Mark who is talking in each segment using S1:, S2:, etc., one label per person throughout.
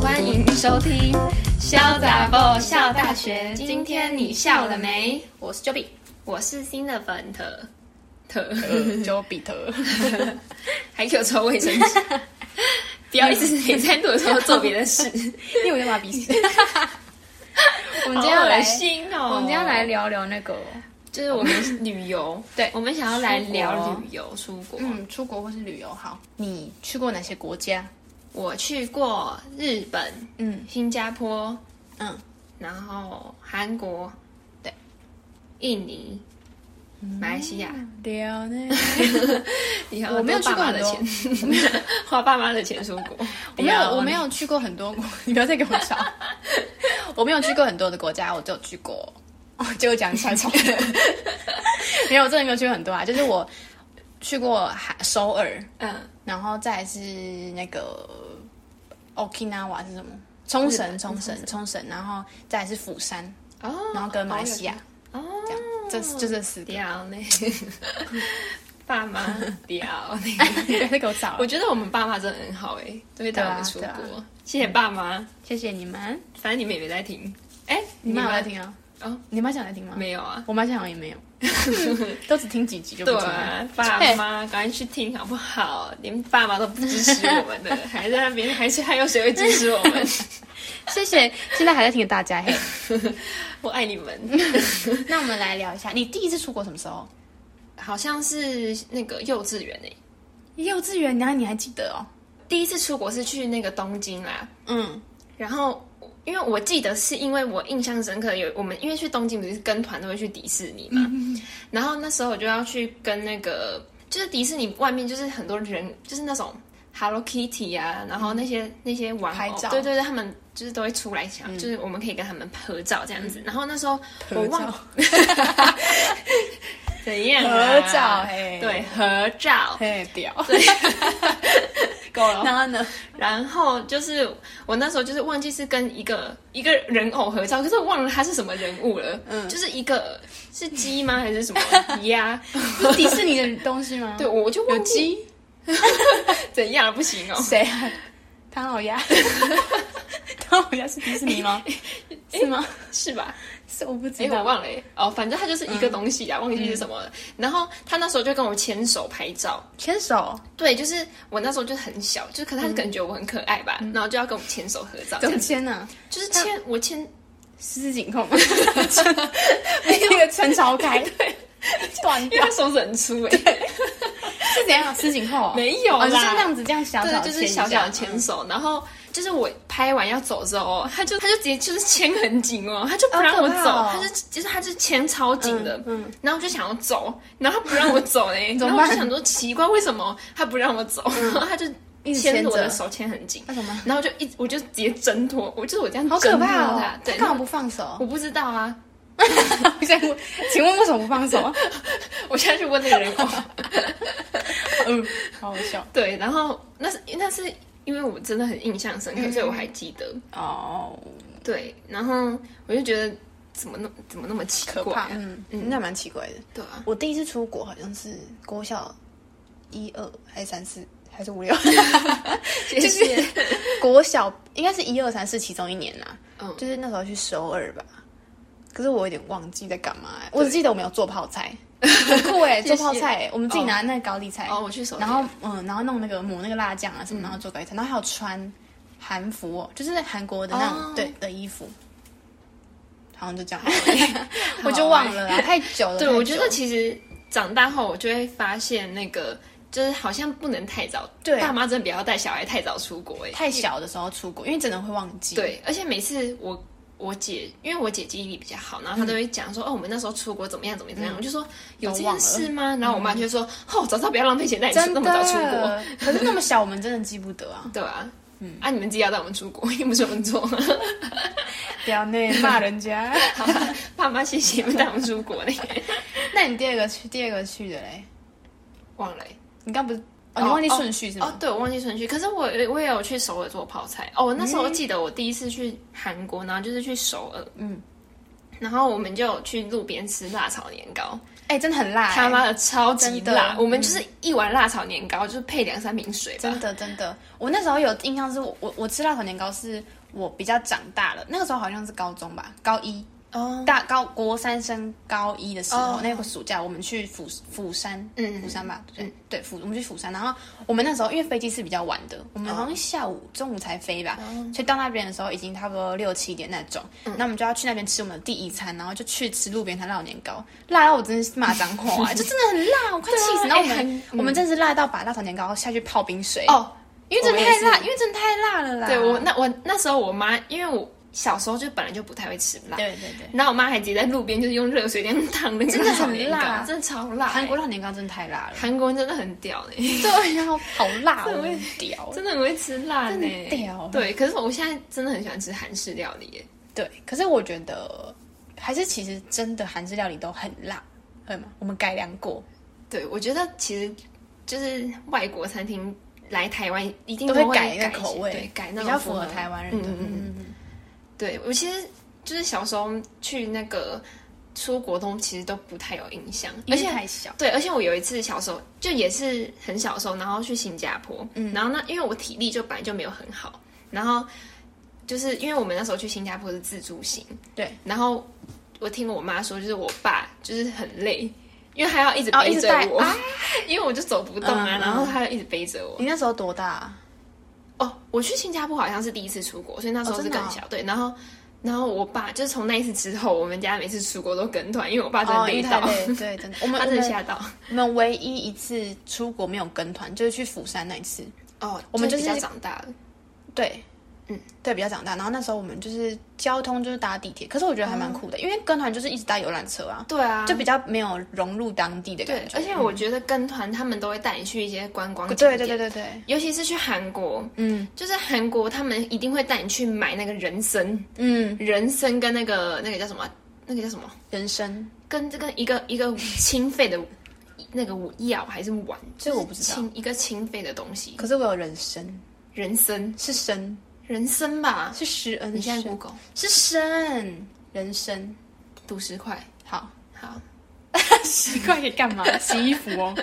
S1: 欢迎收听《潇洒 b 笑大学》，今天你笑了没？
S2: 我是 Joey，
S1: 我是新的粉特特，
S2: j o b y 特，
S1: 还给我抽卫生纸，不要一直点餐度的时候做别的事，
S2: 因为我在挖鼻屎。 我
S1: 我
S2: 们今天要来，
S1: 心哦
S2: 我们今天要来，聊聊那个，
S1: 就是我们旅游，
S2: 对
S1: 我们想要来
S2: 出
S1: 聊
S2: 国
S1: 旅游出国。
S2: 嗯，出国或是旅游。好，你去过哪些国家？
S1: 我去过日本、
S2: 嗯
S1: 新加坡，
S2: 嗯，
S1: 然后韩国，对，印尼、马来西亚，
S2: 聊呢？
S1: 你看
S2: 嗯我没有去过
S1: 爸妈的
S2: 很多
S1: 钱， 花爸妈的钱出 国，啊
S2: 我没有，我没有去过很多 国，你不要再给我 笑。我没有去过很多的国家，我只有去过，我哦就讲出来重复。 没有，我真的没有去过很多啊，就是我去过海首尔，
S1: 嗯，
S2: 然后再来是那个 Okinawa 是什么？冲
S1: 日
S2: 绳，
S1: 本
S2: 冲绳，冲绳，然后再来是釜山，
S1: 哦，
S2: 然后跟马来西亚，
S1: 哦，
S2: 这样，这就这四 个。
S1: 屌呢，爸妈屌呢。
S2: 不要再给我找
S1: 我
S2: 了，
S1: 觉得我们爸妈真的很好哎，都会带我们出
S2: 对啊对
S1: 国，谢谢爸妈。
S2: 谢谢你们。
S1: 反正你们也没在听，哎，
S2: 你妈有在？听啊？
S1: 哦，
S2: 你妈想在听吗？
S1: 没有啊。
S2: 我妈现在好像也没 有，都只听几集就不
S1: 对
S2: 听了。
S1: 啊，爸妈，赶快去听好不好？连爸妈都不支持我们 的，还在那边，还是还有谁会支持我 们？
S2: 谢谢，现在还在听的大家嘿。
S1: 我爱你们。
S2: 那我们来聊一下，你第一次出国什么时候？
S1: 好像是那个幼稚园诶、
S2: 幼稚园，然后你还记得哦？
S1: 第一次出国是去那个东京啊啦，
S2: 嗯，
S1: 然后因为我记得是因为我印象深刻有我们因为去东京不是跟团都会去迪士尼嘛，
S2: 嗯
S1: 然后那时候我就要去跟那个就是迪士尼外面就是很多人就是那种 Hello Kitty 啊，然后那些、那些玩
S2: 拍
S1: 偶，
S2: 照嗯
S1: 对对对，他们就是都会出来想，就是我们可以跟他们合照这样子。然后那时候我
S2: 合
S1: 忘
S2: 照
S1: 了 怎样、啊、
S2: 合照嘿，
S1: 对合照。
S2: 嘿 屌，
S1: 够了
S2: 然后呢？
S1: 然后就是我那时候就是忘记是跟一个一个人偶合照，可是我忘了他是什么人物了。嗯，就是一个是鸡吗还是 什么鸭？
S2: 不是迪士尼的东西 吗？
S1: 对，，我就
S2: 有
S1: 忘记
S2: 鸡，
S1: 怎样了，不行哦。
S2: 谁啊？唐老 鸭，唐老鸭是迪士尼吗？ 是吗？
S1: 是吧？
S2: 是我不
S1: 哎、
S2: 知
S1: 我
S2: 道。
S1: 忘了哎、哦，反正他就是一个东西啊，忘记是什么了。然后他那时候就跟我牵手拍照，
S2: 牵手，
S1: 对，就是我那时候就很小，就是可能他可能觉得我很可爱吧，然后就要跟我牵手合照，这
S2: 怎么
S1: 样子
S2: 牵呢？
S1: 就是牵我牵
S2: 十指紧 扣吗？被那个撑超开， 对，断
S1: 因
S2: 掉
S1: 为他手指很粗哎、
S2: 是怎样？十指紧扣哦？
S1: 没有
S2: 哦，
S1: 啦，
S2: 你是这样子，这样小小
S1: 对，就
S2: 牵
S1: 是
S2: 一嗯
S1: 小
S2: 下
S1: 小的牵手，然后就是我拍完要走之后，哦他就他就直接就是牵很紧哦，他就不让
S2: 好
S1: 我
S2: 可
S1: 走，
S2: 怕哦
S1: 他就就是他就牵超紧的，
S2: 嗯嗯
S1: 然后我就想要走，然后他不让我走嘞、
S2: 怎
S1: 然
S2: 么
S1: 后我
S2: 办嗯
S1: 就想说奇怪，为什么他不让我走，然后他就
S2: 一直
S1: 牵
S2: 牵
S1: 着我的
S2: 着
S1: 手牵很紧，
S2: 那怎么办？
S1: 然后就一我就直接挣脱，我就是我这样
S2: 好可
S1: 挣脱
S2: 怕哦！
S1: 他，对，
S2: 他干嘛
S1: 然后
S2: 不放手？
S1: 我不知道啊，
S2: 我想问，请问为什么不放手？啊
S1: 我现在去问那个人工。
S2: 嗯， 好好 笑
S1: 对，然后那是那是因为我真的很印象深刻，
S2: 嗯
S1: 所以我还记得。
S2: 哦，
S1: 对，然后我就觉得怎么那怎么那么奇怪、
S2: 可怕
S1: 啊，，
S2: 嗯，那蛮奇怪的。
S1: 对啊，
S2: 我第一次出国好像是国小一二还是三四还是五六，
S1: 谢
S2: 就
S1: 谢。
S2: 是 国小应该是一二三四其中一年啦，
S1: 嗯
S2: 就是那时候去首尔吧。可是我有点忘记在干嘛欸、我只记得我们有做泡 菜，很酷哎、
S1: 谢谢
S2: 做泡菜欸、我们自己拿那个高丽菜，
S1: 哦，我去手，嗯
S2: 然后嗯，然后弄那个抹那个辣酱啊什么，然后做高丽菜，然后还有穿韩服、哦，就是韩国的那种、
S1: 哦
S2: 对的衣服，好像就这样， 我就忘了啦，太久了。
S1: 啊对
S2: 太久
S1: 我觉得
S2: 了
S1: 其实长大后我就会发现那个。就是好像不能太早，
S2: 对
S1: 爸妈真的不要带小孩太早出国哎、
S2: 太小的时候出国，因为真的会忘记。，
S1: 对，而且每次我我姐，因为我姐记忆力比较好，然后她都会讲说、哦，我们那时候出国怎么样怎么样怎么样，我就说有这
S2: 嗯都忘
S1: 件
S2: 了嗯
S1: 事吗？然后我妈就说、哦，早知道不要浪费钱带你出
S2: 真的
S1: 那么早出国，。！
S2: 可是那么小，我们真的记不得啊
S1: 对啊，嗯，啊，你们自己要带我们出国， 又不是我们做。
S2: 表 内骂人家。
S1: 好吧爸妈谢谢你们带我们出国呢，
S2: 那你第二个去，第二个去的嘞？
S1: 忘了欸、
S2: 你刚不是？哦，你忘记顺序是
S1: 哦
S2: 吗？，
S1: 对，我忘记顺序。可是我我也有去首尔做泡菜。哦，我那时候记得我第一次去韩国，然后就是去首尔，
S2: 嗯
S1: 然后我们就有去路边吃辣炒年糕，
S2: 哎、真的很辣、
S1: 他妈的超级
S2: 真的
S1: 辣！我们就是一碗辣炒年糕，就是配两三瓶水吧
S2: 真。的真的，我那时候有印象是我我我吃辣炒年糕是我比较长大了，那个时候好像是高中吧，高一
S1: 哦，
S2: 大高国三升高一的时候
S1: 哦
S2: 那个暑假我们去釜釜山，
S1: 嗯
S2: 釜山吧，对对釜我们去釜山，然后我们那时候因为飞机是比较晚的，我们好像下午中午才飞吧，所以到那边的时候已经差不多六七点那种，那我们就要去那边吃我们的第一餐，然后就去吃路边摊辣炒年糕，辣到我真的是骂脏话、就真的很辣，我快气死，
S1: 对啊
S2: 然后我
S1: 哎
S2: 们、
S1: 很
S2: 我们真的是辣到把辣炒年糕下去泡冰水，
S1: 哦，
S2: 因为真的
S1: 我也
S2: 太
S1: 是
S2: 辣，因为真的太辣了啦，
S1: 对我那我那时候我妈，因为我小时候就本来就不太会吃辣，
S2: 对对对，
S1: 然后我妈还直接在路边就是用热水这样烫那个
S2: 真的
S1: 辣炒
S2: 很
S1: 年
S2: 辣
S1: 糕，真的超辣、
S2: 韩国
S1: 欸
S2: 辣炒年糕真的太辣了。
S1: 韩国人真的很屌哎、
S2: 对呀、好辣，
S1: 这
S2: 我
S1: 我也
S2: 屌，
S1: 真的很会吃辣
S2: 真
S1: 呢、
S2: 的屌啊
S1: 对，可是我现在真的很喜欢吃韩式料理、耶。
S2: 对，可是我觉得还是其实真的韩式料理都很辣，会吗？我们改良过，
S1: 对，我觉得其实就是外国餐厅来台湾一定
S2: 都
S1: 会
S2: 改那
S1: 改
S2: 个
S1: 一
S2: 口
S1: 些
S2: 味，
S1: 对，改
S2: 比
S1: 那种
S2: 较符合
S1: 风格
S2: 台湾人的。
S1: 嗯嗯嗯。
S2: 嗯嗯，
S1: 对我其实就是小时候去那个出国东，其实都不太有印象，而
S2: 而
S1: 且
S2: 且还小，
S1: 对，而且我有一次小时候就也是很小的时候，然后去新加坡，嗯，然后那因为我体力就本来就没有很好，然后就是因为我们那时候去新加坡是自助行，
S2: 对，
S1: 然后我听我妈说，就是我爸就是很累，因为他要一直
S2: 哦一
S1: 背
S2: 直
S1: 着
S2: 带
S1: 我，
S2: 啊
S1: 因为我就走不动啊，
S2: 嗯嗯
S1: 然后他就一直背着我。
S2: 你那时候多大啊？
S1: 哦，我去新加坡好像是第一次出国，所以那时候
S2: 哦
S1: 是
S2: 真
S1: 更
S2: 的哦
S1: 小，对，然后。然后我爸就是从那一次之后，我们家每次出国都跟团，因为我爸真的
S2: 哦因为
S1: 累
S2: 太
S1: 到，
S2: 累，对，真的。我们
S1: 他
S2: 我
S1: 真的
S2: 们
S1: 吓到。
S2: 我们唯一一次出国没有跟团，就是去釜山那一次。
S1: 哦，
S2: 我们就是
S1: 比较长大了，
S2: 对，
S1: 嗯，
S2: 对，比较长大。然后那时候我们就是交通就是搭地铁，可是我觉得还蛮酷的，因为跟团就是一直搭游览车啊，
S1: 对啊，
S2: 就比较没有融入当地的
S1: 对
S2: 感，觉。嗯
S1: 而且我觉得跟团他们都会带你去一些观光景
S2: 对
S1: 点，
S2: 对对对对，
S1: 尤其是去韩国，
S2: 嗯
S1: 就是韩国他们一定会带你去买那个人参，
S2: 嗯，
S1: 人参跟那个那个叫什么，啊那个叫什么，
S2: 人生
S1: 跟这个一个一个清肺的那个药还是丸，
S2: 这个我不知道
S1: 就是清一个清肺的东西，
S2: 可是我有人参，
S1: 人参，
S2: 是参，
S1: 人参吧，
S2: 是施恩
S1: 你现在
S2: 参，
S1: Google
S2: 是参，人参。
S1: 读十块，
S2: 好，
S1: 好，
S2: 十块可以干 嘛？洗衣服哦，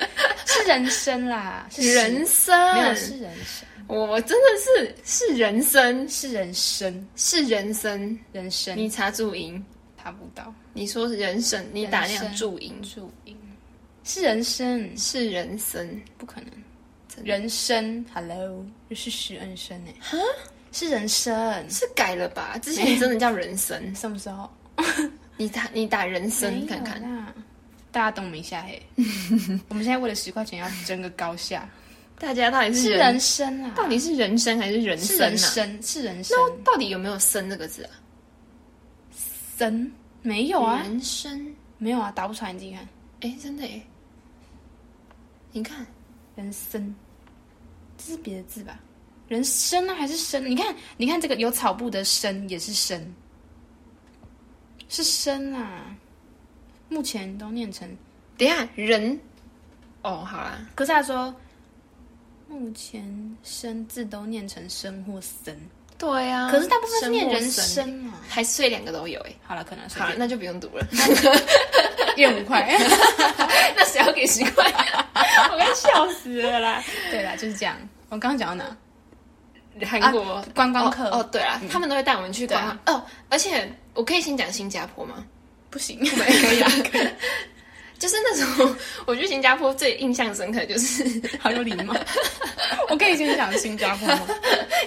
S2: 是人参啦，是十
S1: 人参
S2: 没有是人参，
S1: 我我真的是是人参，
S2: 是人参，
S1: 是人参，
S2: 人参
S1: 你查注音。
S2: 查不到，
S1: 你说是人参，你打那样注音
S2: 注音是人参，
S1: 是人参，
S2: 不可能，
S1: 真
S2: 人参，Hello，是施恩参哎，哈，是人参，
S1: 是改了吧？之前真的叫人参，
S2: 什么时候？
S1: 你打你打人参
S2: 没
S1: 看
S2: 有啊
S1: 看，
S2: 啦，大家懂我们一下 嘿。我们现在为了十块钱要争个高下，
S1: 大家到底是
S2: 是
S1: 人，
S2: 人参啊，
S1: 到底是人参还是人
S2: 是
S1: 参
S2: 人
S1: 啊？
S2: 参，是人参，
S1: 那到底有没有“参”这个字啊？
S2: 参没有啊，
S1: 人参，
S2: 没有啊，打不出来，你自己看，
S1: 哎，真的哎，你看
S2: 人参，这是别的字吧？人参啊，还是参？你看，你看这个有草部的参也是参，是参啊。目前都念成，
S1: 等一下人，哦，好啦，
S2: 可是他说，目前生字都念成生或森，
S1: 对呀
S2: 可是大部分是念人参啊。
S1: 还是所以两个都有哎。
S2: 好了，可能是
S1: 好啦，那就不用读了，
S2: 验五块。
S1: 那谁要给十 块？我要 笑死了啦！
S2: 对啦，就是这样。我刚刚讲到哪？
S1: 韩国
S2: 啊观光客
S1: 哦哦，对啦，
S2: 嗯
S1: 他们都会带我们去观光。
S2: 啊
S1: 哦，而且我可以先讲新加坡吗？
S2: 不 行，
S1: 可以啊，可以。就是那时候 我去新加坡最印象深刻，就是
S2: 好有礼貌。 我可以先讲新加坡吗？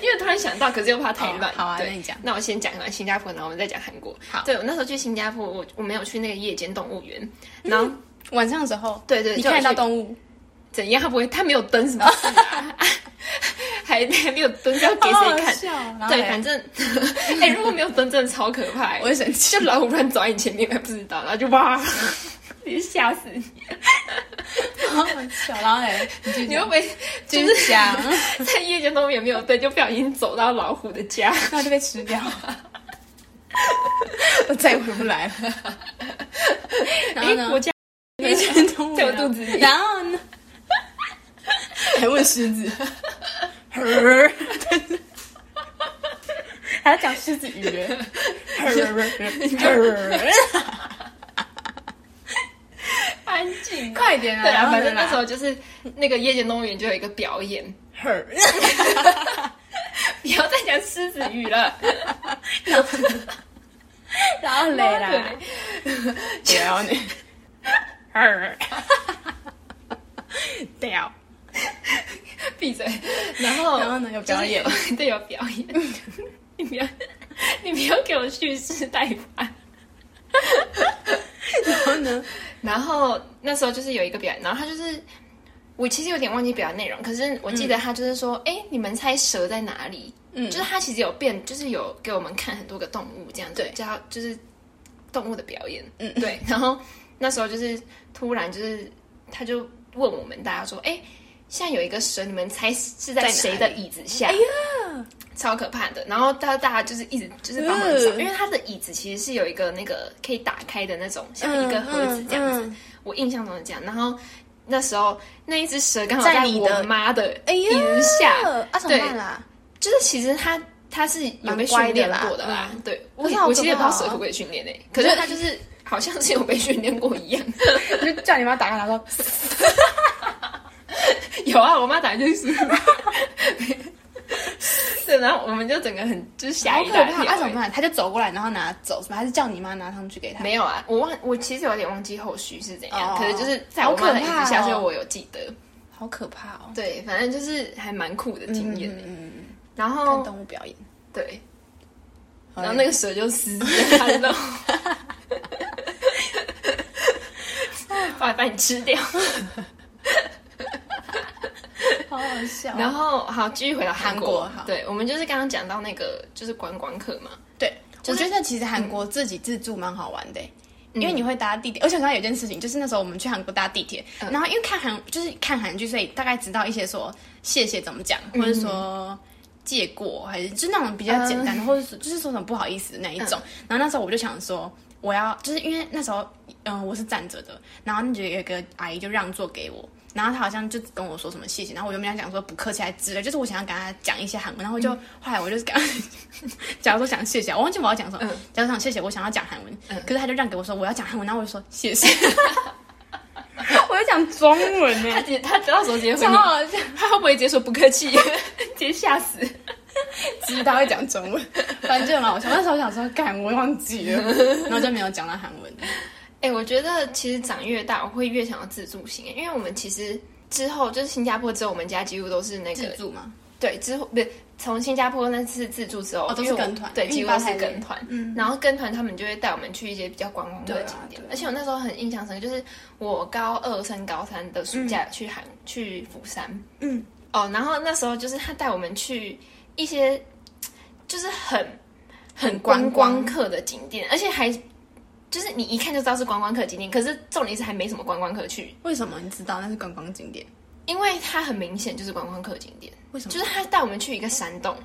S1: 因为突然想到，可是又怕太乱。
S2: 好啊
S1: 对
S2: 那你讲
S1: 那我先讲完新加坡，然后我们再讲韩国。
S2: 好
S1: 对我那时候去新加坡，我我没有去那个夜间动物园，然后
S2: 晚上的时候，
S1: 对对
S2: 嗯你
S1: 就
S2: 看得到
S1: 有
S2: 动
S1: 去
S2: 物，哦
S1: 怎样？他不会，他没有灯什么事啊？还还没有灯是要给
S2: 好好
S1: 谁看？
S2: 笑啊然后
S1: 对，
S2: 嘞
S1: 反正 哎、如果没有灯，真的超可怕、欸。
S2: 我会生气。
S1: 就老虎乱走在你前面，还不知道，然后就哇，你吓死你！
S2: 好好笑，然后嘞， 你继续
S1: 你会
S2: 讲
S1: 不会
S2: 继
S1: 就
S2: 续
S1: 是
S2: 讲，
S1: 在夜间动物园没有灯，就不小心走到老虎的家？
S2: 那就被吃掉了。 我再也回不 来了。然后
S1: 哎、
S2: 呢？
S1: 我家
S2: 没吃动物，
S1: 在我肚子里
S2: 然后呢？ 还问狮 子，呵，还要讲狮子语耶，呵，
S1: 啊，
S2: 快点啊！
S1: 对啊，
S2: 然后
S1: 反
S2: 呢
S1: 正那时候就是那个夜间动物园就有一个表演，
S2: her，
S1: 不要再讲狮子语 了，
S2: 然后嘞啦，屌你，her，屌，
S1: 闭嘴。然后，
S2: 然后呢有表演
S1: 就是有 对，有表演。你不要， 你不要给我蓄势 待发。
S2: 然后呢，
S1: 然后那时候就是有一个表演，然后他就是我其实有点忘记表演内容，可是我记得他就是说，哎、你们猜蛇在哪里？
S2: 嗯
S1: 就是他其实有变，就是有给我们看很多个动物这样子，
S2: 对
S1: 叫就是动物的表演，
S2: 嗯
S1: 对。 然后那时候就是突然就是他就问我们大家说，哎、现在有一个蛇，你们猜是
S2: 在哪
S1: 在谁的椅子下？
S2: 哎
S1: 呀，超可怕的。然后大家大家就是一直就是帮忙找，
S2: 嗯
S1: 因为他的椅子其实是有一个那个可以打开的那种，像一个盒子这样子。
S2: 嗯。嗯
S1: 我印象中是这样。然后那时候那一只蛇刚好
S2: 在
S1: 在
S2: 你
S1: 我
S2: 的
S1: 妈的
S2: 哎
S1: 椅
S2: 呀，
S1: 子下，
S2: 啊，怎么办啦？
S1: 就是其实它它是有被训练过
S2: 蛮乖
S1: 的啦
S2: 的啦。
S1: 对，
S2: 可
S1: 我
S2: 是好可怕哦
S1: 我其实也不知道蛇可不可以训练诶，可是它 就是好像是有被训练过一样。
S2: 就叫你妈打开，他说
S1: 有啊，我妈打就是 对，然后我们就整个很就是吓
S2: 好
S1: 一
S2: 可
S1: 大
S2: 怕，
S1: 跳
S2: 那怎么
S1: 欸。
S2: 办？他就走过来，然后拿走，是吧？还是叫你妈拿上去给他？
S1: 没有啊，我忘我其实有点忘记后续是怎样，
S2: 哦
S1: 可是就是在我妈的椅
S2: 好可怕
S1: 子
S2: 哦
S1: 下，所以我有记得。
S2: 好可怕哦！
S1: 对，反正就是还蛮酷的经验欸。
S2: 嗯，
S1: 然
S2: 看
S1: 后
S2: 动物表演，
S1: 对，
S2: 好
S1: 然后
S2: 嘞
S1: 那个蛇就撕着它的肉， 把把你吃掉。
S2: 好好笑
S1: 然
S2: 后
S1: 后好，继续回到韩
S2: 韩国好
S1: 对，我们就是刚刚讲到那个就是观光客嘛，
S2: 对，
S1: 就是
S2: 我觉得其实韩国自己自助蛮好玩的欸、
S1: 嗯
S2: 因为你会搭地铁，而且我想到有一件事情，就是那时候我们去韩国搭地铁，
S1: 嗯
S2: 然后因为看韩就是看韩剧，所以大概知道一些说谢谢怎么讲，或者
S1: 嗯
S2: 说借过，还是就是那种比较简单的，或者是就是说什么不好意思的那一种。
S1: 嗯
S2: 然后那时候我就想说，我要就是因为那时候嗯、我是站着的，然后那就有一个阿姨就让座给我。然后她好像就跟我说什么谢谢，然后我原本想讲说不客气还之类，就是我想要跟她讲一些韩文，然后我
S1: 嗯
S2: 就、后来我就是跟她 假如说想谢谢，我忘记我要讲什么。
S1: 嗯
S2: 假如想谢谢，我想要讲韩文，可是他就让给我说我要讲韩文，然后我就说谢 谢，我就讲中文
S1: 他
S2: 呢，
S1: 直接他知道什么直接回
S2: 超
S1: 你，
S2: 好笑，
S1: 他会不会直接说不客气， 直接吓死？
S2: 其实他会讲中文，反正就蛮好笑。那时候我想说，干我忘记了，然后就没有讲到韩文。
S1: 哎、我觉得其实长越大，我会越想要自助型，因为我们其实之后就是新加坡之后，我们家几乎都是那
S2: 自
S1: 个
S2: 助嘛，
S1: 对之后不是从新加坡那次自助之后，
S2: 哦都是
S1: 因为我
S2: 跟团
S1: 对，
S2: 因为
S1: 几
S2: 你
S1: 乎
S2: 爸
S1: 都是
S2: 太累
S1: 跟团，
S2: 嗯
S1: 然后跟团他们就会带我们去一些比较观光的
S2: 对啊
S1: 景点
S2: 对啊，
S1: 而且我那时候很印象深刻，就是我高二升高三的暑假去韩、去釜山，
S2: 嗯，
S1: 哦，然后那时候就是他带我们去一些就是很很观光客的景点，而且还就是你一看就知道是观光客景点，可是重点是还没什么观光客去，
S2: 为什么你知道那是观光景点？
S1: 因为它很明显就是观光客景点，
S2: 为什
S1: 就
S2: 么？
S1: 是他带我们去一个山洞，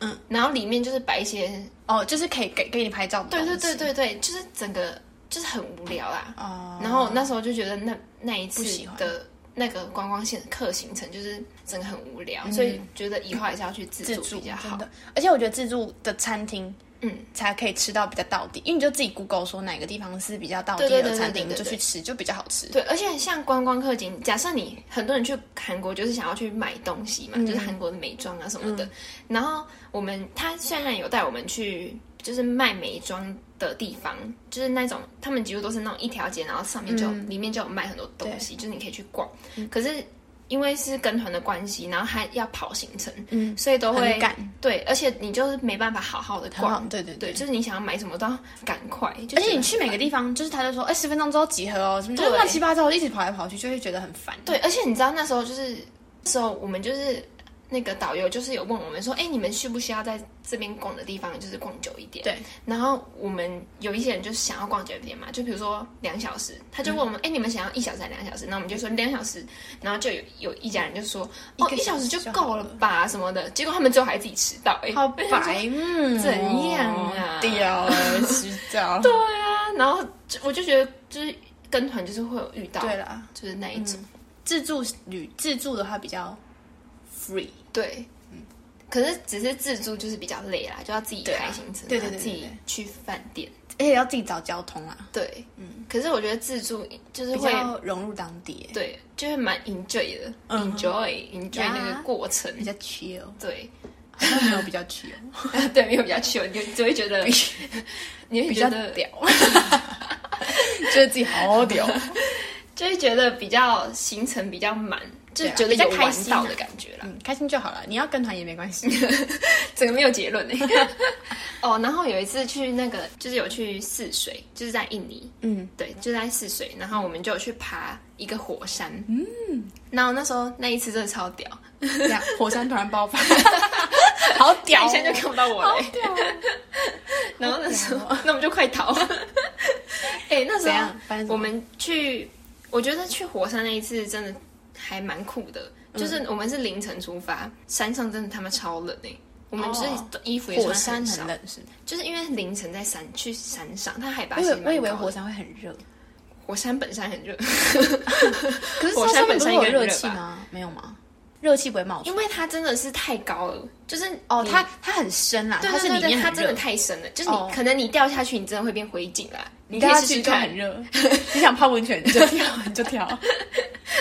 S2: 嗯，
S1: 然后里面就是摆一些，
S2: 哦，就是可以给给你拍照的
S1: 对
S2: 东
S1: 对
S2: 西
S1: 对，对对，就是整个就是很无聊啦。
S2: 哦，
S1: 然后那时候就觉得那那一次
S2: 不喜欢
S1: 的那个观光线客行程就是整个很无聊，所以觉得以后还是要去自
S2: 嗯自
S1: 助
S2: 助
S1: 比较
S2: 真
S1: 好。
S2: 的，而且我觉得自助的餐厅
S1: 嗯，
S2: 才可以吃到比较到底，因为你就自己 Google 说哪个地方是比较到
S1: 对
S2: 地
S1: 对
S2: 的
S1: 对
S2: 餐
S1: 对
S2: 厅，
S1: 对
S2: 就
S1: 对
S2: 去吃就比较好吃。
S1: 对，而且像观光客景，假设你很多人去韩国就是想要去买东西嘛，
S2: 嗯
S1: 就是韩国的美妆啊什么的。然后我们他虽然有带我们去就是卖美妆的地方，就是那种他们几乎都是那种一条街，然后上面就有、
S2: 嗯
S1: 里面就有卖很多东西，就是你可以去逛。可是因为是跟团的关系，然后还要跑行程，
S2: 嗯
S1: 所以都会
S2: 很赶，
S1: 对，而且你就是没办法好好的
S2: 很好
S1: 逛，，
S2: 对对
S1: 对，
S2: 对。
S1: 就是你想要买什么都要赶快，就
S2: 而且
S1: 觉
S2: 你
S1: 得
S2: 去每个地方，就是他就说，哎、十分钟之后集合哦，什么就
S1: 对
S2: 乱七八糟，一直跑来跑去，就会觉得很烦。
S1: 对，而且你知道那时候就是那时候我们就是那个导游就是有问我们说，哎、你们需不需要在这边逛的地方就是逛久一点？
S2: 对。
S1: 然后我们有一些人就想要逛久一点嘛，就比如说两小时，他
S2: 嗯
S1: 就问我们，哎、你们想要一小时还是两小时？那我们就说两小时，然后就有有一家人就说，
S2: 一
S1: 哦，
S2: 个
S1: 一小时
S2: 小
S1: 就
S2: 时就
S1: 够
S2: 好
S1: 了
S2: 了
S1: 吧什么的。结果他们最后还自己迟到、哎，
S2: 好 白目、哦
S1: 怎样 啊
S2: 掉了，洗澡。
S1: 对啊。然后就我就觉得就是跟团就是会有遇到，
S2: 对嗯啦，
S1: 就是那一种。
S2: 自助旅自助的话比较 free，
S1: 对，
S2: 嗯
S1: 可是只是自助就是比较累啦，就要自己
S2: 对啊
S1: 排行程，
S2: 对对对
S1: 然后
S2: 对
S1: 自己
S2: 对
S1: 去饭店。
S2: 而且要自己找交通啊，
S1: 对，嗯。可是我觉得自助就是
S2: 比
S1: 会
S2: 较融入当地，
S1: 对，就是蛮 enjoy 的、
S2: 嗯
S1: e n j o y enjoy 那个过程。
S2: 比较 chill，
S1: 对，
S2: 好像没有比较
S1: 哦
S2: chill，
S1: 对，没有比较糗，你就只 会觉得，你会
S2: 比
S1: 觉
S2: 较
S1: 得，
S2: 屌， 觉得自己好屌，
S1: 就会觉得比较行程比较满，就
S2: 对啊
S1: 觉得
S2: 比较
S1: 有
S2: 开
S1: 玩
S2: 心
S1: 到
S2: 啊
S1: 的感觉啦。
S2: 嗯，开心就好了。你要跟团也没关系，
S1: 整个没有结论呢。 哦，然后有一次去那个，就是有去泗水，就是在印尼，
S2: 嗯，
S1: 对，就在泗水，然后我们就有去爬一个火山，嗯，然后那时候那一次真的超屌，
S2: 这样火山突然爆发， 好屌、啊哦
S1: 一下就看不到我
S2: 好
S1: 嘞，
S2: 屌、啊
S1: 然后那时候，那我们就快 逃，哎、那时
S2: 怎样发
S1: 候
S2: 生什么
S1: 我们去，我觉得去火山那一次真的还蛮酷的，
S2: 嗯
S1: 就是我们是凌晨出发，山上真的他妈超冷哎、我们就是
S2: 哦
S1: 衣服也
S2: 火
S1: 穿
S2: 山
S1: 少
S2: 很，冷是吗？
S1: 就是因为凌晨在山去山上，它海拔
S2: 我以
S1: 其实
S2: 为
S1: 蛮
S2: 我以为
S1: 高的
S2: 火山会很热，
S1: 火山本身很 热，
S2: 可是
S1: 火
S2: 它
S1: 山
S2: 上面不
S1: 本身
S2: 是
S1: 应
S2: 有
S1: 该很
S2: 热
S1: 热
S2: 气
S1: 吧
S2: 吗？没有吗？热气不会冒出来
S1: 因为它真的是太高了，就是
S2: 哦，
S1: 你
S2: 它它很深啦，
S1: 对
S2: 它
S1: 对
S2: 是
S1: 对
S2: 里
S1: 对
S2: 面
S1: 它
S2: 很
S1: 真的
S2: 热，
S1: 太深了，就是你、
S2: 哦
S1: 可能你掉下去，你真的会变灰烬啦。你可
S2: 掉下
S1: 以试
S2: 去
S1: 试
S2: 就
S1: 看
S2: 很， 热。你想泡温泉你就跳，你就跳，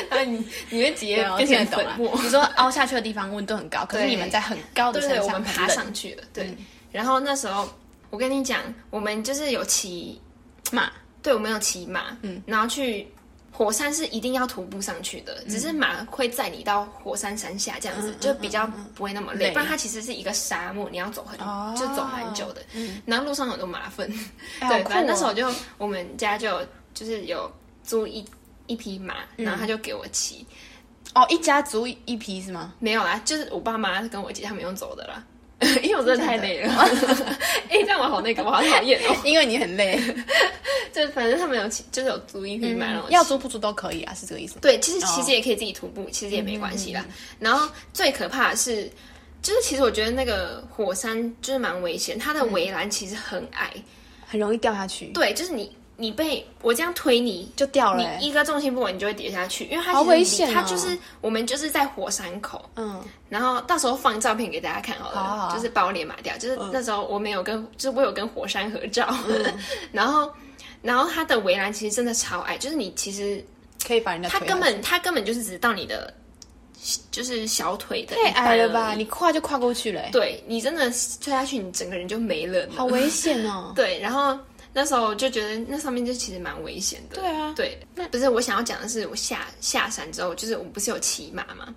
S1: 然后 你你会直 接
S2: 对啊，我
S1: 变
S2: 听得
S1: 成
S2: 懂
S1: 粉
S2: 啊
S1: 末。。
S2: 你说凹下去的地方温度很高，可是
S1: 对
S2: 你们在很高的
S1: 对
S2: 山
S1: 对，
S2: 上
S1: 我们
S2: 很
S1: 爬
S2: 冷
S1: 上去了，对。然后那时候我跟你讲，我们就是有骑，
S2: 嘛，
S1: 对我们有骑马，嗯，然后去。火山是一定要徒步上去的，只是马会载你到火山山下这样子，就比较不会那么嗯累。
S2: 累
S1: 不然它其实是一个沙漠，你要走很、
S2: 哦
S1: 就走蛮久的，然后路上有很多麻烦。
S2: 哎
S1: 对，
S2: 好酷
S1: 反正那时候
S2: 哦
S1: 就我们家就有就是有租一一匹马，然后他就给我骑。
S2: 哦，一家族一一批是吗？
S1: 没有啦，就是我爸妈跟我姐他们用走的啦， 因为我真的 太累了。哎、这样我好那个，我好讨厌哦。
S2: 因为你很累，
S1: 就反正他们有骑，就是有租一匹马，然后
S2: 要
S1: 骑
S2: 租不租都可以啊，是这个意思吗？
S1: 对，其实其实也可以自己徒步，其实也没关系
S2: 嗯
S1: 啦。然后最可怕的是，就是其实我觉得那个火山就是蛮危险，它的
S2: 嗯
S1: 围栏其实很矮。
S2: 很容易掉下去，，
S1: 对，就是你你被我这样推你，
S2: 就掉了、欸
S1: 你。一个重心不稳，你就会跌下去，因为它
S2: 好
S1: 其实离
S2: 危险哦
S1: 它就是我们就是在火山口，
S2: 嗯，
S1: 然后到时候放照片给大家看好了，
S2: 好啊好啊
S1: 就是把我脸码掉。就是那时候我没有跟，就是我有跟火山合照，
S2: 嗯
S1: 然后然后它的围栏其实真的超矮，就是你其实
S2: 可以把人家啊
S1: 它
S2: 推下去
S1: 根本它根本就是只到你的就是小腿的
S2: 太
S1: 一半
S2: 矮了
S1: 而
S2: 吧？
S1: 已
S2: 你跨就跨过去了、欸，
S1: 对你真的推下去，你整个人就没了呢。。
S2: 好危险哦
S1: 对，然后那时候就觉得那上面就其实蛮危险的。
S2: 对啊
S1: 对，那不是我想要讲的是，我下下山之后，就是我不是有骑马嘛，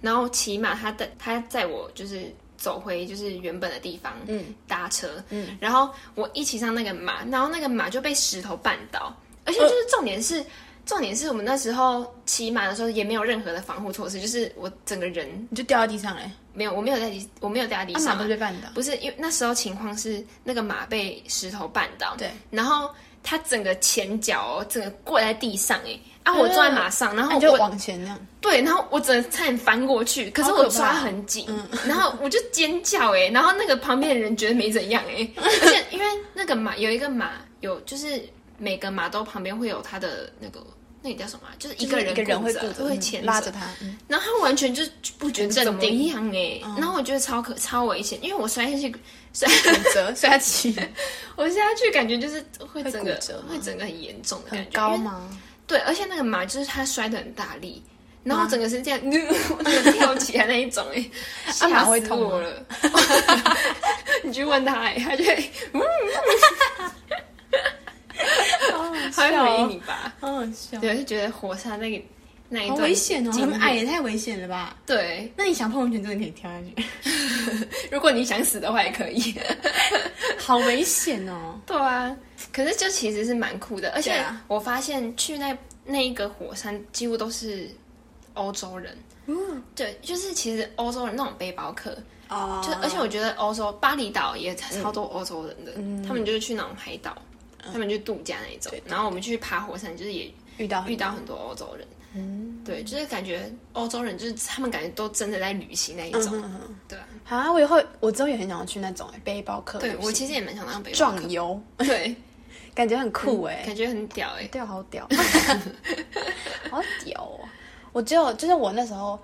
S1: 然后骑马他带他载我就是走回就是原本的地方，嗯，搭车，嗯，然后我一骑上那个马，然后那个马就被石头绊倒，而
S2: 呃
S1: 且就是重点是。重点是我们那时候骑马的时候也没有任何的防护措施，就是我整个人
S2: 你就掉在地上嘞、
S1: 没有，我没有在地，我没有掉在地
S2: 啊，
S1: 上
S2: 马
S1: 啊、
S2: 不是被绊倒，
S1: 不是，因为那时候情况是那个马被石头绊倒，
S2: 对，
S1: 然后它整个前脚、哦、整个跪在地上，哎，啊，我坐在马上，然
S2: 那
S1: 后
S2: 你就
S1: 我、
S2: 往前那样，
S1: 对，然后我整个差点翻过去，可是
S2: 好
S1: 我
S2: 可怕嗯
S1: 抓很紧，然后我就尖叫，哎，然后那个旁边的人觉得没怎样，哎，
S2: 嗯
S1: 而且因为那个马有一个马有就是每个马都旁边会有它的那个。那个叫什么啊、就是一
S2: 就
S1: 个
S2: 是
S1: 人
S2: 一个人
S1: 顾
S2: 会
S1: 着
S2: 顾着
S1: 会
S2: 嗯
S1: 牵
S2: 拉着他， 嗯
S1: 然后他完全就不觉得
S2: 很镇
S1: 怎么
S2: 定
S1: 样哎、
S2: 嗯
S1: 然后我觉得超可超危险，因为我摔下去
S2: 骨折摔下 去，
S1: 我下去感觉就是会
S2: 会
S1: 整个
S2: 骨折吗
S1: 会整个很严重的感觉
S2: 很，高
S1: 因为？
S2: 吗？
S1: 对，而且那个马就是它摔得很大力，然
S2: 啊
S1: 后整个是这样， 我整个跳起来那一种、 欸，哎，
S2: 啊马会痛吗
S1: 我了。 你去问他、欸，他 就会他
S2: 哦
S1: 会回应你吧？
S2: 好好笑，
S1: 对，就觉得火山那个那一
S2: 好
S1: 段
S2: 危险哦，
S1: 经
S2: 他
S1: 历
S2: 们矮也太危险了吧？
S1: 对，
S2: 那你想碰温泉真的可以跳下去，
S1: 如果你想死的话也可以。
S2: 好危险哦！
S1: 对啊，可是就其实是蛮酷的，而
S2: 对
S1: 且
S2: 啊
S1: 我发现去那那一个火山几乎都是欧洲人。嗯，对，就是其实欧洲人那种背包客，
S2: 哦
S1: 就而且我觉得欧洲巴厘岛也超多欧洲人的，
S2: 嗯
S1: 他们就是去那种海岛，他们就度假那一种。然后我们去爬火山，就是也
S2: 遇到
S1: 遇到很多欧洲人。
S2: 哦
S1: 嗯，对，就是感觉欧洲人就是他们感觉都真的在旅行那一
S2: 嗯
S1: 种。对啊，
S2: 啊，我以后我之后也很想要去那种欸背包客旅
S1: 对
S2: 行，
S1: 我其实也蛮想当背包客，
S2: 壮游，
S1: 对，
S2: 感觉很酷哎，
S1: 感觉很屌哎、
S2: 对，好 屌，好屌哦！我只有就是我那时候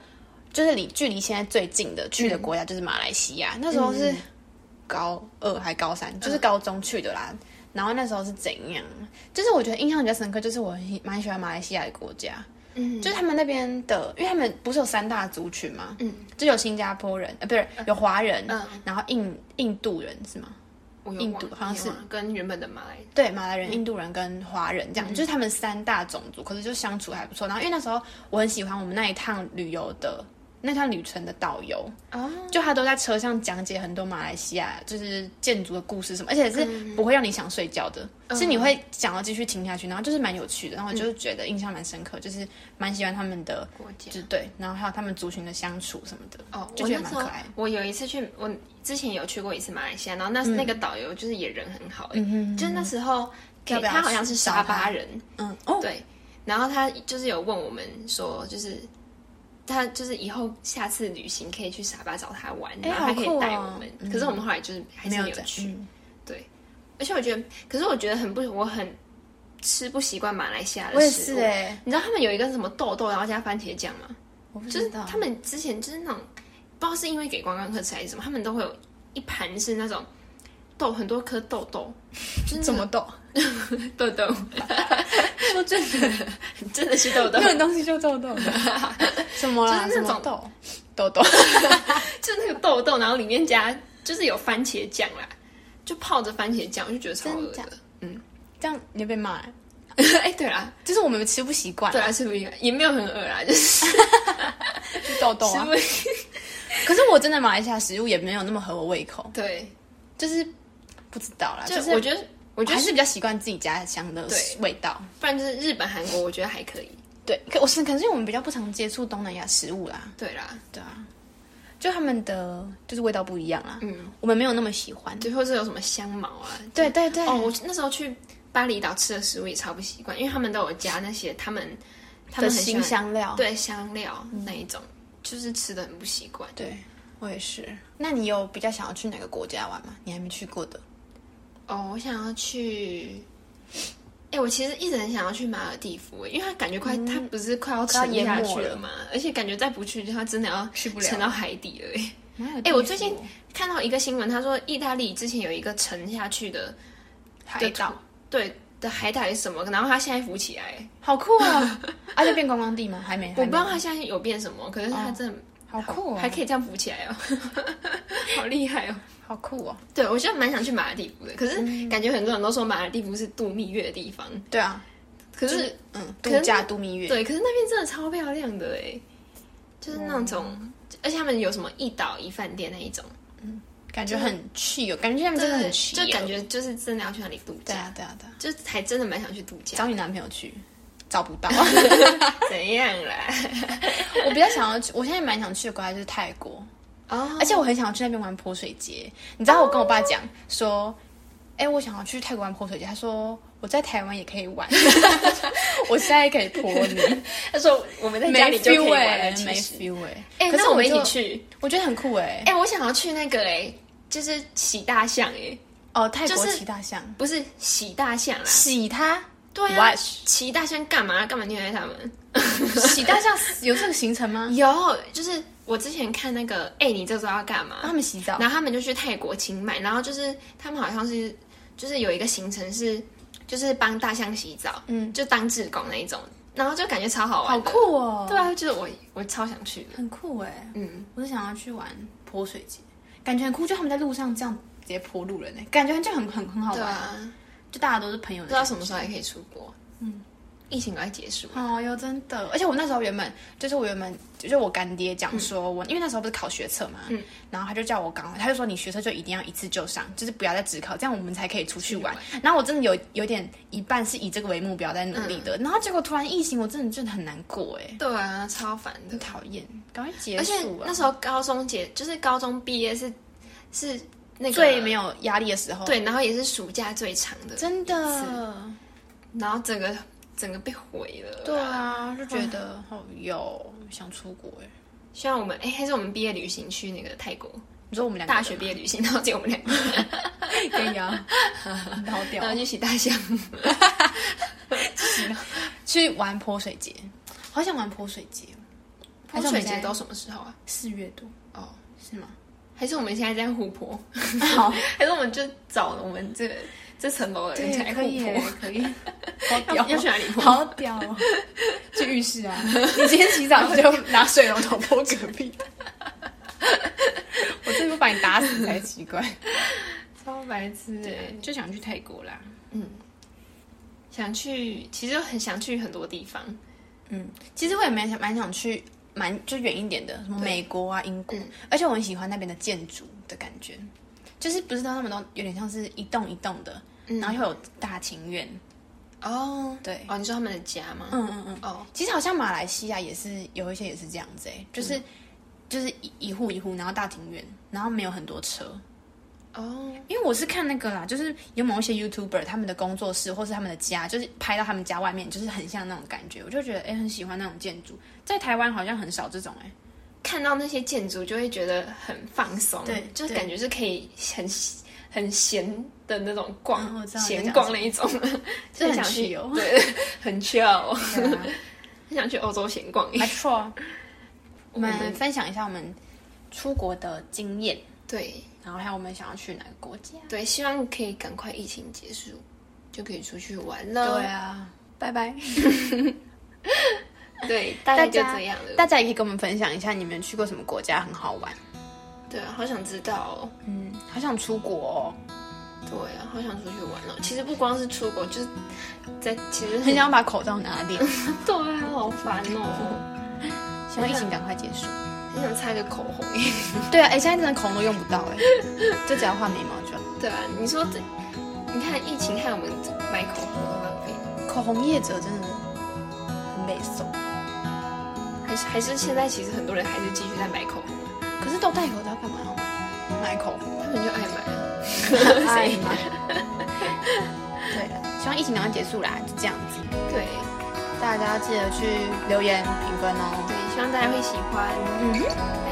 S2: 就是离距离现在最近的去的国
S1: 嗯
S2: 家就是马来西亚，那时候是高二还高三，就是高中去的啦。然后那时候是怎样？就是我觉得印象比较深刻，就是我很喜蛮喜欢马来西亚的国家，
S1: 嗯，
S2: 就是他们那边的，因为他们不是有三大族群吗？
S1: 嗯，
S2: 就有新加坡人，呃，不是有华人，
S1: 嗯
S2: 然后印印度人是吗？
S1: 我有
S2: 印
S1: 忘
S2: 度
S1: 了
S2: 好像
S1: 有
S2: 是
S1: 忘了跟原本的马来
S2: 对，马来
S1: 嗯
S2: 人、印度人跟华人这样，就是他们三大种族，可是就相处还不错。然后因为那时候我很喜欢我们那一趟旅游的那趟旅程的导游，
S1: 啊，
S2: 就他都在车上讲解很多马来西亚就是建筑的故事什么，而且是
S1: 嗯
S2: 不会让你想睡觉的，是你会想要继续听下去，然后就是蛮有趣的，然后我
S1: 嗯
S2: 就是觉得印象蛮深刻，就是蛮喜欢他们的，
S1: 国家
S2: 就对，然后还有他们族群的相处什么的，
S1: 哦，
S2: 就
S1: 我
S2: 觉得
S1: 那
S2: 蛮
S1: 时
S2: 可
S1: 候
S2: 爱的。
S1: 我有一次去，我之前有去过一次马来西亚，然后那、那个导游就是也人很好、欸，
S2: 嗯
S1: 就是那时候给
S2: 要不要
S1: 他好像是
S2: 去找
S1: 沙巴
S2: 他
S1: 人，
S2: 嗯哦，
S1: 对，然后他就是有问我们说，就是他就是以后下次旅行可以去沙巴找他玩，
S2: 哎
S1: 然后
S2: 好
S1: 他可
S2: 酷
S1: 以
S2: 哦
S1: 带我们、可是我们后来就是还
S2: 没
S1: 是
S2: 有
S1: 没有
S2: 在
S1: 去，
S2: 嗯
S1: 而且我觉得，可是我觉得很不，我很吃不习惯马来西亚
S2: 我也
S1: 的食
S2: 是
S1: 物。
S2: 哎、
S1: 你知道他们有一个什么豆豆，然后加番茄酱吗？
S2: 我不
S1: 就是
S2: 知 道
S1: 他们之前就是那种不知道是因为给观光客吃还是什么，他们都会有一盘是那种豆很多颗豆豆， 就是
S2: 怎么懂，
S1: 豆豆，
S2: 说真的，
S1: 真的是豆豆
S2: 那，种东西就豆豆 的，什么啦？
S1: 就是
S2: 什
S1: 那
S2: 么
S1: 种
S2: 豆豆豆，
S1: 就是那个豆豆，然后里面加就是有番茄酱啦，就泡着番茄酱，我就觉得超恶
S2: 真假
S1: 的。
S2: 这样你会被骂、欸，
S1: 哎，对啦，
S2: 就是我们吃不习惯，啊
S1: 对啦，是不是也没有很恶啦，就是
S2: 就豆豆啊
S1: 食。物
S2: 可是我真的马来西亚食物也没有那么合我胃口，
S1: 对，
S2: 就是不知道啦，
S1: 就
S2: 啊就是
S1: 我觉得，我觉
S2: 还
S1: 得
S2: 是比较习惯自己家乡的
S1: 对
S2: 味道。
S1: 不然就是日本、韩国，我觉得还可以。
S2: 对，可我是可是因为我们比较不常接触东南亚食物啦，
S1: 对啦，
S2: 对啊，就他们的就是味道不一样啦，
S1: 嗯，
S2: 我们没有那么喜欢。
S1: 最后是有什么香茅啊？
S2: 对对对，
S1: 哦，我那时候去巴厘岛吃的食物也超不习惯，因为他们都有加那些他们他
S2: 的
S1: 们很喜
S2: 新
S1: 欢
S2: 香料，
S1: 对香料那一种，就是吃的很不习惯。
S2: 对，我也是。那你有比较想要去哪个国家玩吗？你还没去过的？
S1: 哦，我想要去。哎、我其实一直很想要去马尔蒂夫，因为它感觉快，它不是快要沉
S2: 嗯快要
S1: 下
S2: 淹没
S1: 去
S2: 了
S1: 了嘛，而且感觉再不去，就它真的要
S2: 啊去不了
S1: 沉到海底了。哎
S2: 哎、
S1: 哎我最近看到一个新闻，他说意大利之前有一个沉下去的
S2: 海岛
S1: 对的海岛还是什么，然后它现在浮起来，
S2: 好酷啊！ 啊，就变观光地吗？哦还没，
S1: 我不
S2: 还
S1: 知
S2: 没
S1: 道它现在有变什么，可是它真的、
S2: 好酷
S1: 还
S2: 哦，
S1: 可以这样浮起来哦， 好厉害哦！嗯
S2: 好酷哦！
S1: 对，我就蛮想去马尔蒂夫的，可是感觉很多人都说马尔蒂夫是度蜜月的地方，
S2: 对啊，
S1: 可
S2: 就是是嗯，
S1: 可
S2: 度
S1: 是
S2: 假度蜜月，
S1: 对，可是那边真的超漂亮的哎，就是那种，而且他们有什么一岛一饭店那一种，
S2: 感觉很 chill，感觉他们真的很哦 chill，
S1: 就感觉就是真的要去那里度
S2: 对
S1: 假，
S2: 啊对啊对啊，
S1: 就还真的蛮想去度假，
S2: 找你男朋友去。找 不到，
S1: 怎样啦？
S2: 我比较想要去，我现在蛮想去的国家就是泰国，
S1: 哦
S2: 而且我很想要去那边玩泼水节。你知道我跟我爸讲说，哎、我想要去泰国玩泼水节，他说我在台湾也可以玩， 我现在可以泼你，
S1: 他说我们 在
S2: 没
S1: 家里就可以
S2: feel
S1: 玩
S2: 哎、
S1: 了，
S2: 没
S1: 其实。
S2: feel 哎、
S1: 欸哎，
S2: 可是
S1: 那我们一
S2: 就
S1: 起，去。
S2: 我觉得很酷哎、
S1: 哎，我想要去那个哎，就是洗大象哎，
S2: 哦，泰国
S1: 就是
S2: 骑大象，
S1: 不是洗大象啦，
S2: 洗它，
S1: 对啊，
S2: What？
S1: 骑大象干嘛？干嘛虐待他们？
S2: 洗大象有这个行程吗？
S1: 有，就是我之前看那个，哎，你这周 要干嘛？
S2: 帮他们洗澡，
S1: 然后他们就去泰国清迈，然后就是他们好像是就是有一个行程是就是帮大象洗澡，
S2: 嗯，
S1: 就当志工那一种，然后就感觉超好
S2: 好
S1: 玩的。
S2: 酷哦，
S1: 对，啊，就是我我超想去的，
S2: 很酷哎、
S1: 嗯，
S2: 我是想要去玩泼水节，感觉很酷，就他们在路上这样直接泼路人哎、感觉就很很很好
S1: 对
S2: 玩，
S1: 啊，
S2: 就大家都是朋友
S1: 不
S2: 的
S1: 知
S2: 感
S1: 道
S2: 觉。
S1: 什么时候还可以出国，嗯，疫情快结束，
S2: 哦哟，真的！而且我那时候原本就是我原本就是我干爹讲说我，因为那时候不是考学测嘛，
S1: 嗯
S2: 然后他就叫我赶快，他就说你学测就一定要一次就上，就是不要再只考，这样我们才可以出去玩。然后我真的有有点一半是以这个为目标在努力的，然后结果突然疫情，我真的真的很难过哎、
S1: 对啊，超烦的
S2: 很。讨厌，赶快结
S1: 而且
S2: 束啊
S1: 那！时候高中结就是高中毕业是是那个
S2: 最没有压力的时候，，
S1: 对，然后也是暑假最长的，
S2: 真的
S1: 次，然后整个整个被毁了。
S2: 对啊，就觉得哦有想出国哎、
S1: 希望我们哎、还是我们毕业旅行去那个泰国。
S2: 你说我们两个
S1: 大学毕业旅行，然后只有我们两个，
S2: 业可以 啊，很好屌哦
S1: 然后去洗大象。
S2: 去玩泼水节，好想玩泼水节哦，还
S1: 泼
S2: 是我
S1: 水
S2: 们现
S1: 节
S2: 在
S1: 都什么时候啊？
S2: 四月多
S1: 哦，
S2: 是吗？
S1: 还是我们现在在湖泊？
S2: 好，
S1: 还是我们就找我们这个这层楼的人才
S2: 可
S1: 互
S2: 以
S1: 泼？
S2: 可以，好
S1: 要
S2: 屌，
S1: 要去哪里 泼？
S2: 好屌哦！去浴室 啊！你今天洗澡就拿水龙头泼隔壁， 我真的不把你打死才奇怪。
S1: 超白
S2: 欸
S1: 痴哎！
S2: 就想去泰国啦。
S1: 想去，其实很想去很多地方。
S2: 嗯，其实我也蛮想蛮想去，蛮就远一点的，什么
S1: 对
S2: 美国啊、英国
S1: 嗯，
S2: 而且我很喜欢那边的建筑的感觉，就是不是他们都有点像是一栋一栋的，然后又有大庭院。
S1: 哦，
S2: 对
S1: 嗯哦，你说他们的家吗？
S2: 嗯嗯嗯。
S1: 哦，
S2: 其实好像马来西亚也是有一些也是这样子、欸，就是、
S1: 嗯
S2: 就是一一户一户，然后大庭院，然后没有很多车。
S1: 哦，
S2: 因为我是看那个啦，就是有某一些 YouTuber 他们的工作室或是他们的家，就是拍到他们家外面，就是很像那种感觉，我就觉得哎、诶很喜欢那种建筑。在台湾好像很少这种哎、诶
S1: 看到那些建筑就会觉得很放松，
S2: 对
S1: 就是
S2: 对
S1: 感觉是可以很很闲的那种
S2: 嗯
S1: 逛
S2: 我，知道你在
S1: 闲
S2: 讲
S1: 逛
S2: 什
S1: 那一种，
S2: 就
S1: 很
S2: 很
S1: 想去
S2: chill
S1: 对， 很 chill，
S2: 对啊
S1: 很想去欧洲闲逛。
S2: 没错。我
S1: 我们
S2: 们分享一下我们出国的经验，
S1: 对
S2: 然后还有我们想要去哪个国家。
S1: 对，希望可以赶快疫情结束，就可以出去玩了。
S2: 对啊，拜拜。
S1: 对，大概就这样了。
S2: 大家也可以跟我们分享一下你们去过什么国家很好玩。
S1: 对啊，好想知道哦。
S2: 嗯，好想出国、哦，
S1: 对啊，好想出去玩哦。其实不光是出国，就是在其实
S2: 很想把口罩拿掉，
S1: 对啊，好烦哦。
S2: 希望疫情赶快结束。
S1: 很想擦个口红。
S2: 对啊，哎、现在真的口红都用不到哎、就只要画眉毛就好。
S1: 对啊，你说这，你看疫情害我们买口红啊都浪费了，
S2: 口红业者真的很美送，
S1: 还是还是现在其实很多人还是继续在买口红啊，
S2: 可是都戴口罩干嘛要买买口 红？
S1: 他们就爱买啊。
S2: 爱买。对啊，希望疫情赶快结束啦，就这样子。
S1: 对
S2: 大家记得去留言评分哦。
S1: 对，希望大家会喜欢。
S2: 嗯，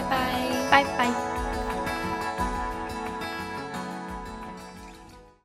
S1: 拜拜。
S2: 拜拜。